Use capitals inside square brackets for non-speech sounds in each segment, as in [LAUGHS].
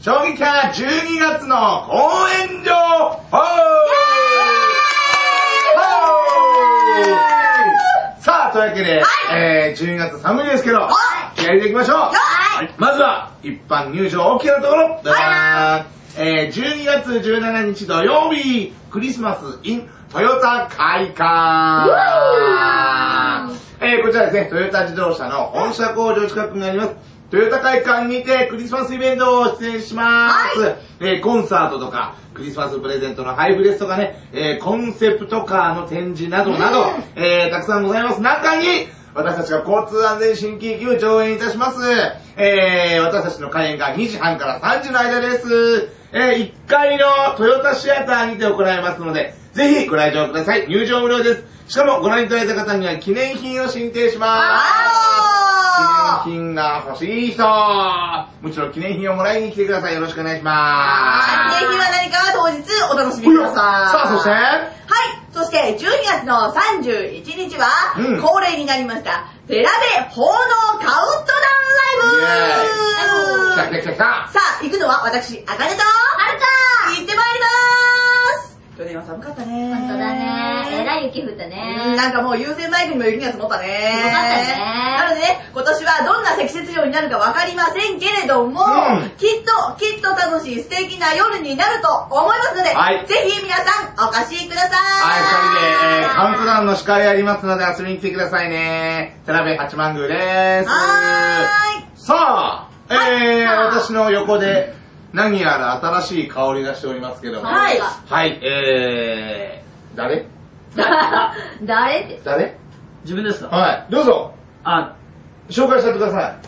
将棋から12月の公演情報さあ、というわけで、えー、12月寒いですけど、気合いでいきましょうはいまずは、一般入場 OK なところ、だだーんえー、12月17日土曜日、クリスマス in トヨタ会館えー、こちらですね、トヨタ自動車の本社工場近くにあります、トヨタ会館にてクリスマスイベントを出演します。えーコンサートとか、クリスマスプレゼントの配布ですとかね、えーコンセプトカーの展示などなど、えーたくさんございます。中に、私たちが交通安全新喜劇を上演いたします。えー私たちの開演が2時半から3時の間です。えー1階のトヨタシアターにて行いますので、ぜひご来場ください。入場無料です。しかもご覧いただいた方には記念品を進呈します。記念品が欲しい人、もちろん記念品をもらいに来てください。よろしくお願いします。景品は何かは当日お楽しみほいくよださい。さあ、そして、はい。そして、12月の31日は、うん恒例になりました、フェラベ奉納カウントダウンラ来たイブ来た来た来た。さあ、行くのは私、あかねと、はるか行ってまいりまーす去年は寒かったね。本当だね。えい。らい雪降ったね。なんかもう優先バイクにも雪が積もったね。積もったねなのでね、今年はどんな積雪量になるかわかりませんけれども、うんきっと、きっと楽しい素敵な夜になると思いますので、はいぜひ皆さんお越しください。はい、二人で、えー、カウントダウンの司会やりますので遊びに来てくださいね。テラベ八幡宮です。はーい。さあ、えーはい私の横で何やら新しい香りがしておりますけども。はいはい、えー、誰誰って。誰自分ですかはい、どうぞ、あ、紹介してくださ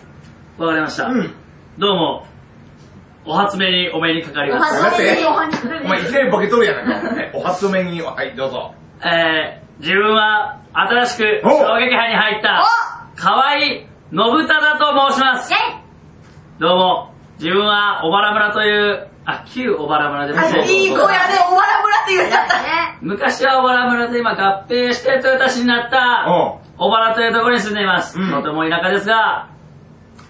わかりました。い。うん。どうも、お初めにお目にかかりおます。初めにお花かお前いきなりボケとるやないか。 [LAUGHS] お初めに、はい、どうぞ。えー、自分は新しくお衝撃派に入った、河合信忠と申します。どうも、自分は小原村という、あ、旧小原村であすいいね。子やね、おわら村って言っちゃった。ね。昔は小原村と今合併して豊田市になった、おう小原というところに住んでいます。うんとても田舎ですが、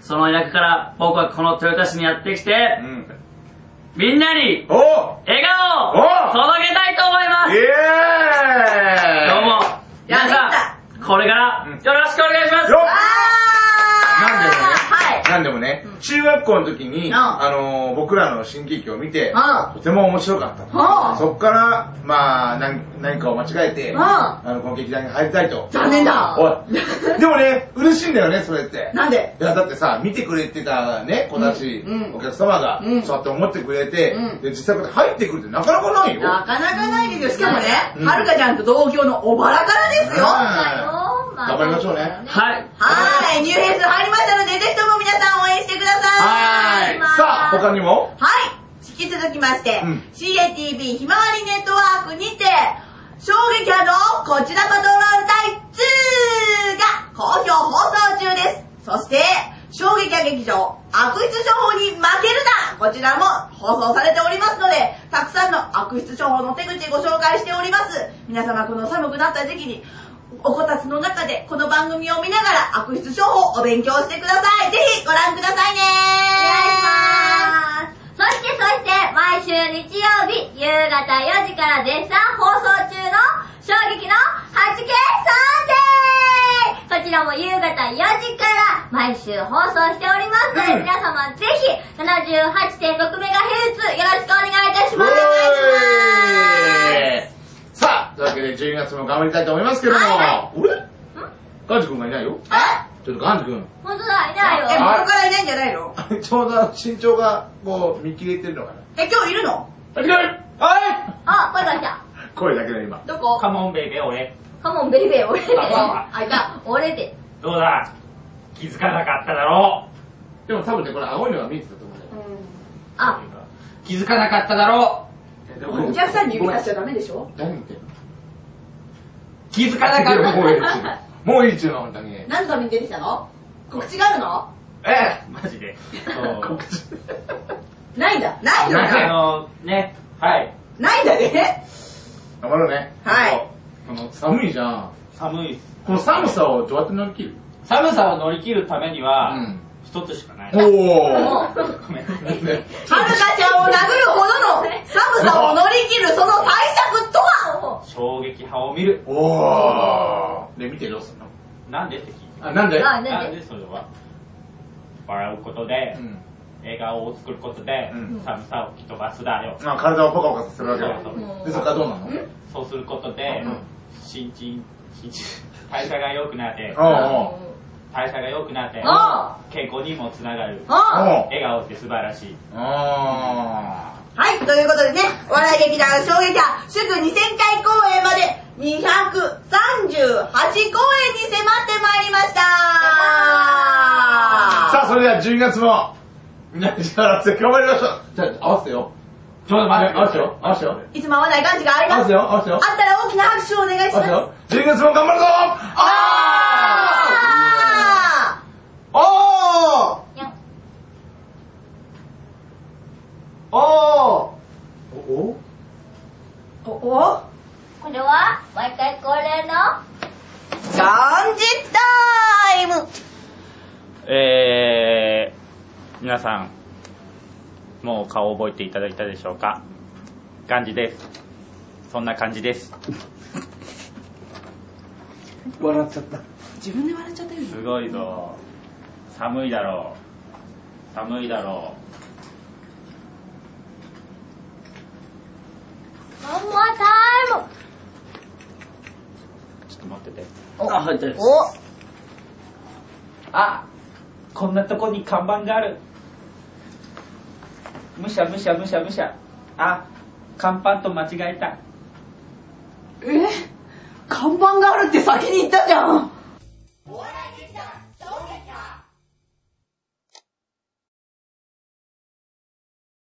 その田舎から僕はこの豊田市にやってきてう、ん。みんなにおう笑顔をお届けたいと思いまイすエーイどうも、皆さん、これからよろしくお願いしますよっあなんでもね、はい。なんでもね、中学校の時に、んあのー僕らの新喜劇を見て、うとても面白かったとはあそっから、まあ、何何かを間違えて、うんあの、この劇団に入りたいと。残念だ。おい。でもね、嬉しいんだよね、それって。 [LAUGHS] なんでいや、だってさ、見てくれてたね、子たち、うんうんお客様が、うんそうやって思ってくれて、うんで、実際こうやって入ってくるってなかなかないよ。なかなかないですよ。しかもね、うんはるかちゃんと同郷の小原からですよ。うんは頑頑張りましょうねはい。ーい。ニューフェイス入りましたので、ぜひとも皆さん応援してくださ。はいーい。さあ、他にも、はい。引き続きまして、うん CATV ひまわりネットワークにて、衝撃波のこちらパトロール第2が好評放送中です。そして、衝撃波劇場、悪質処方に負けるなこちらも放送されておりますので、たくさんの悪質処方の手口ご紹介しております。皆様この寒くなった時期に、おこたつの中でこの番組を見ながら悪質処方をお勉強してください。ぜひご覧くださいねお願いします。そしてそして、毎週日曜日、夕方4時から絶賛放送中の、衝撃の 8K サンデーこちらも夕方4時から毎週放送しておりますうので、ん皆様ぜひ 78.6MHz よろしくお願いいたします。さあ、というわけで12月も頑張りたいと思いますけども、は俺ガンジ君がいないよ。ちょっとガンジ君。本当だ、いないえ、元よ。からいないんじゃないの [LAUGHS] ちょうど身長がこう見切れてるのかな。え、今日いるのはいあ、バイバイした。声だけだ今。どこカモンベイベー俺。カモンベイベー、俺で。ああ、いた、俺で。どうだ気づかなかっただろでも多分ね、これ青いのが見えてたと思うんだよ。あ、う気づかなかっただろえでもお客さんに指さしちゃダメでしょ何言ってんのう気づかなかもういいっちゅっうの。もういいっちゅうの、本当に。え何のために出てきたの告知があるのえたマジで。告知。 [LAUGHS] ないんだ。ないのあか。の、ね、はい。ないんだね。頑張ろうね。はい。この寒いじゃん。寒いっすこの寒さをどうやって乗り切る寒さを乗り切るためには、ん。一つしかない。おー。 [LAUGHS] ごめん。はるかちゃんを殴るほどの寒さを乗り切るその対策とは衝撃波を見る。おー。で、見てどうすんのなんでって聞いて。あ、なんであ、ななんんででそれは笑うことでう、ん。笑顔を作ることで、うん寒さを吹き飛ばすだよ。まあ、体をポカポカさせるわけだ。そうそうで、そっからどうなのそうすることで、新陳、新陳、 [LAUGHS] 代謝が良くなって、おう代謝が良くなって、あ健康にもつながる。あおう笑顔って素晴らしい。あはい、ということでね、お笑い劇団衝撃波祝2000回公演まで238公演に迫ってまいりましたーさあ、それでは12月も、みんなで力を合わせて頑張りましょう。じゃあ、合わせてよ。ちょっと待って、合わせてよ。合わせてよ。いつも合わない感じがあり合まわせす。てあよ。合わせてよ。ったら大きな拍手をお願いし合まわすせて。よ。12月も頑張るぞああーーおーやんおーおお、おこれは、毎回恒例の、漢字タイムえー、皆さん、もう顔を覚えていただいたでしょうか感じです。そんな感じです。笑っちゃった。自分で笑っちゃったよ。すごいぞ。寒いだろう。寒いだろワンモアタイムう。ちょっと待ってて。あ、はい、大丈夫です。おあこんなとこに看板がある。むしゃむしゃむしゃむしゃ。あ、看板と間違えた。え看板があるって先に言ったじゃんお笑い劇団、衝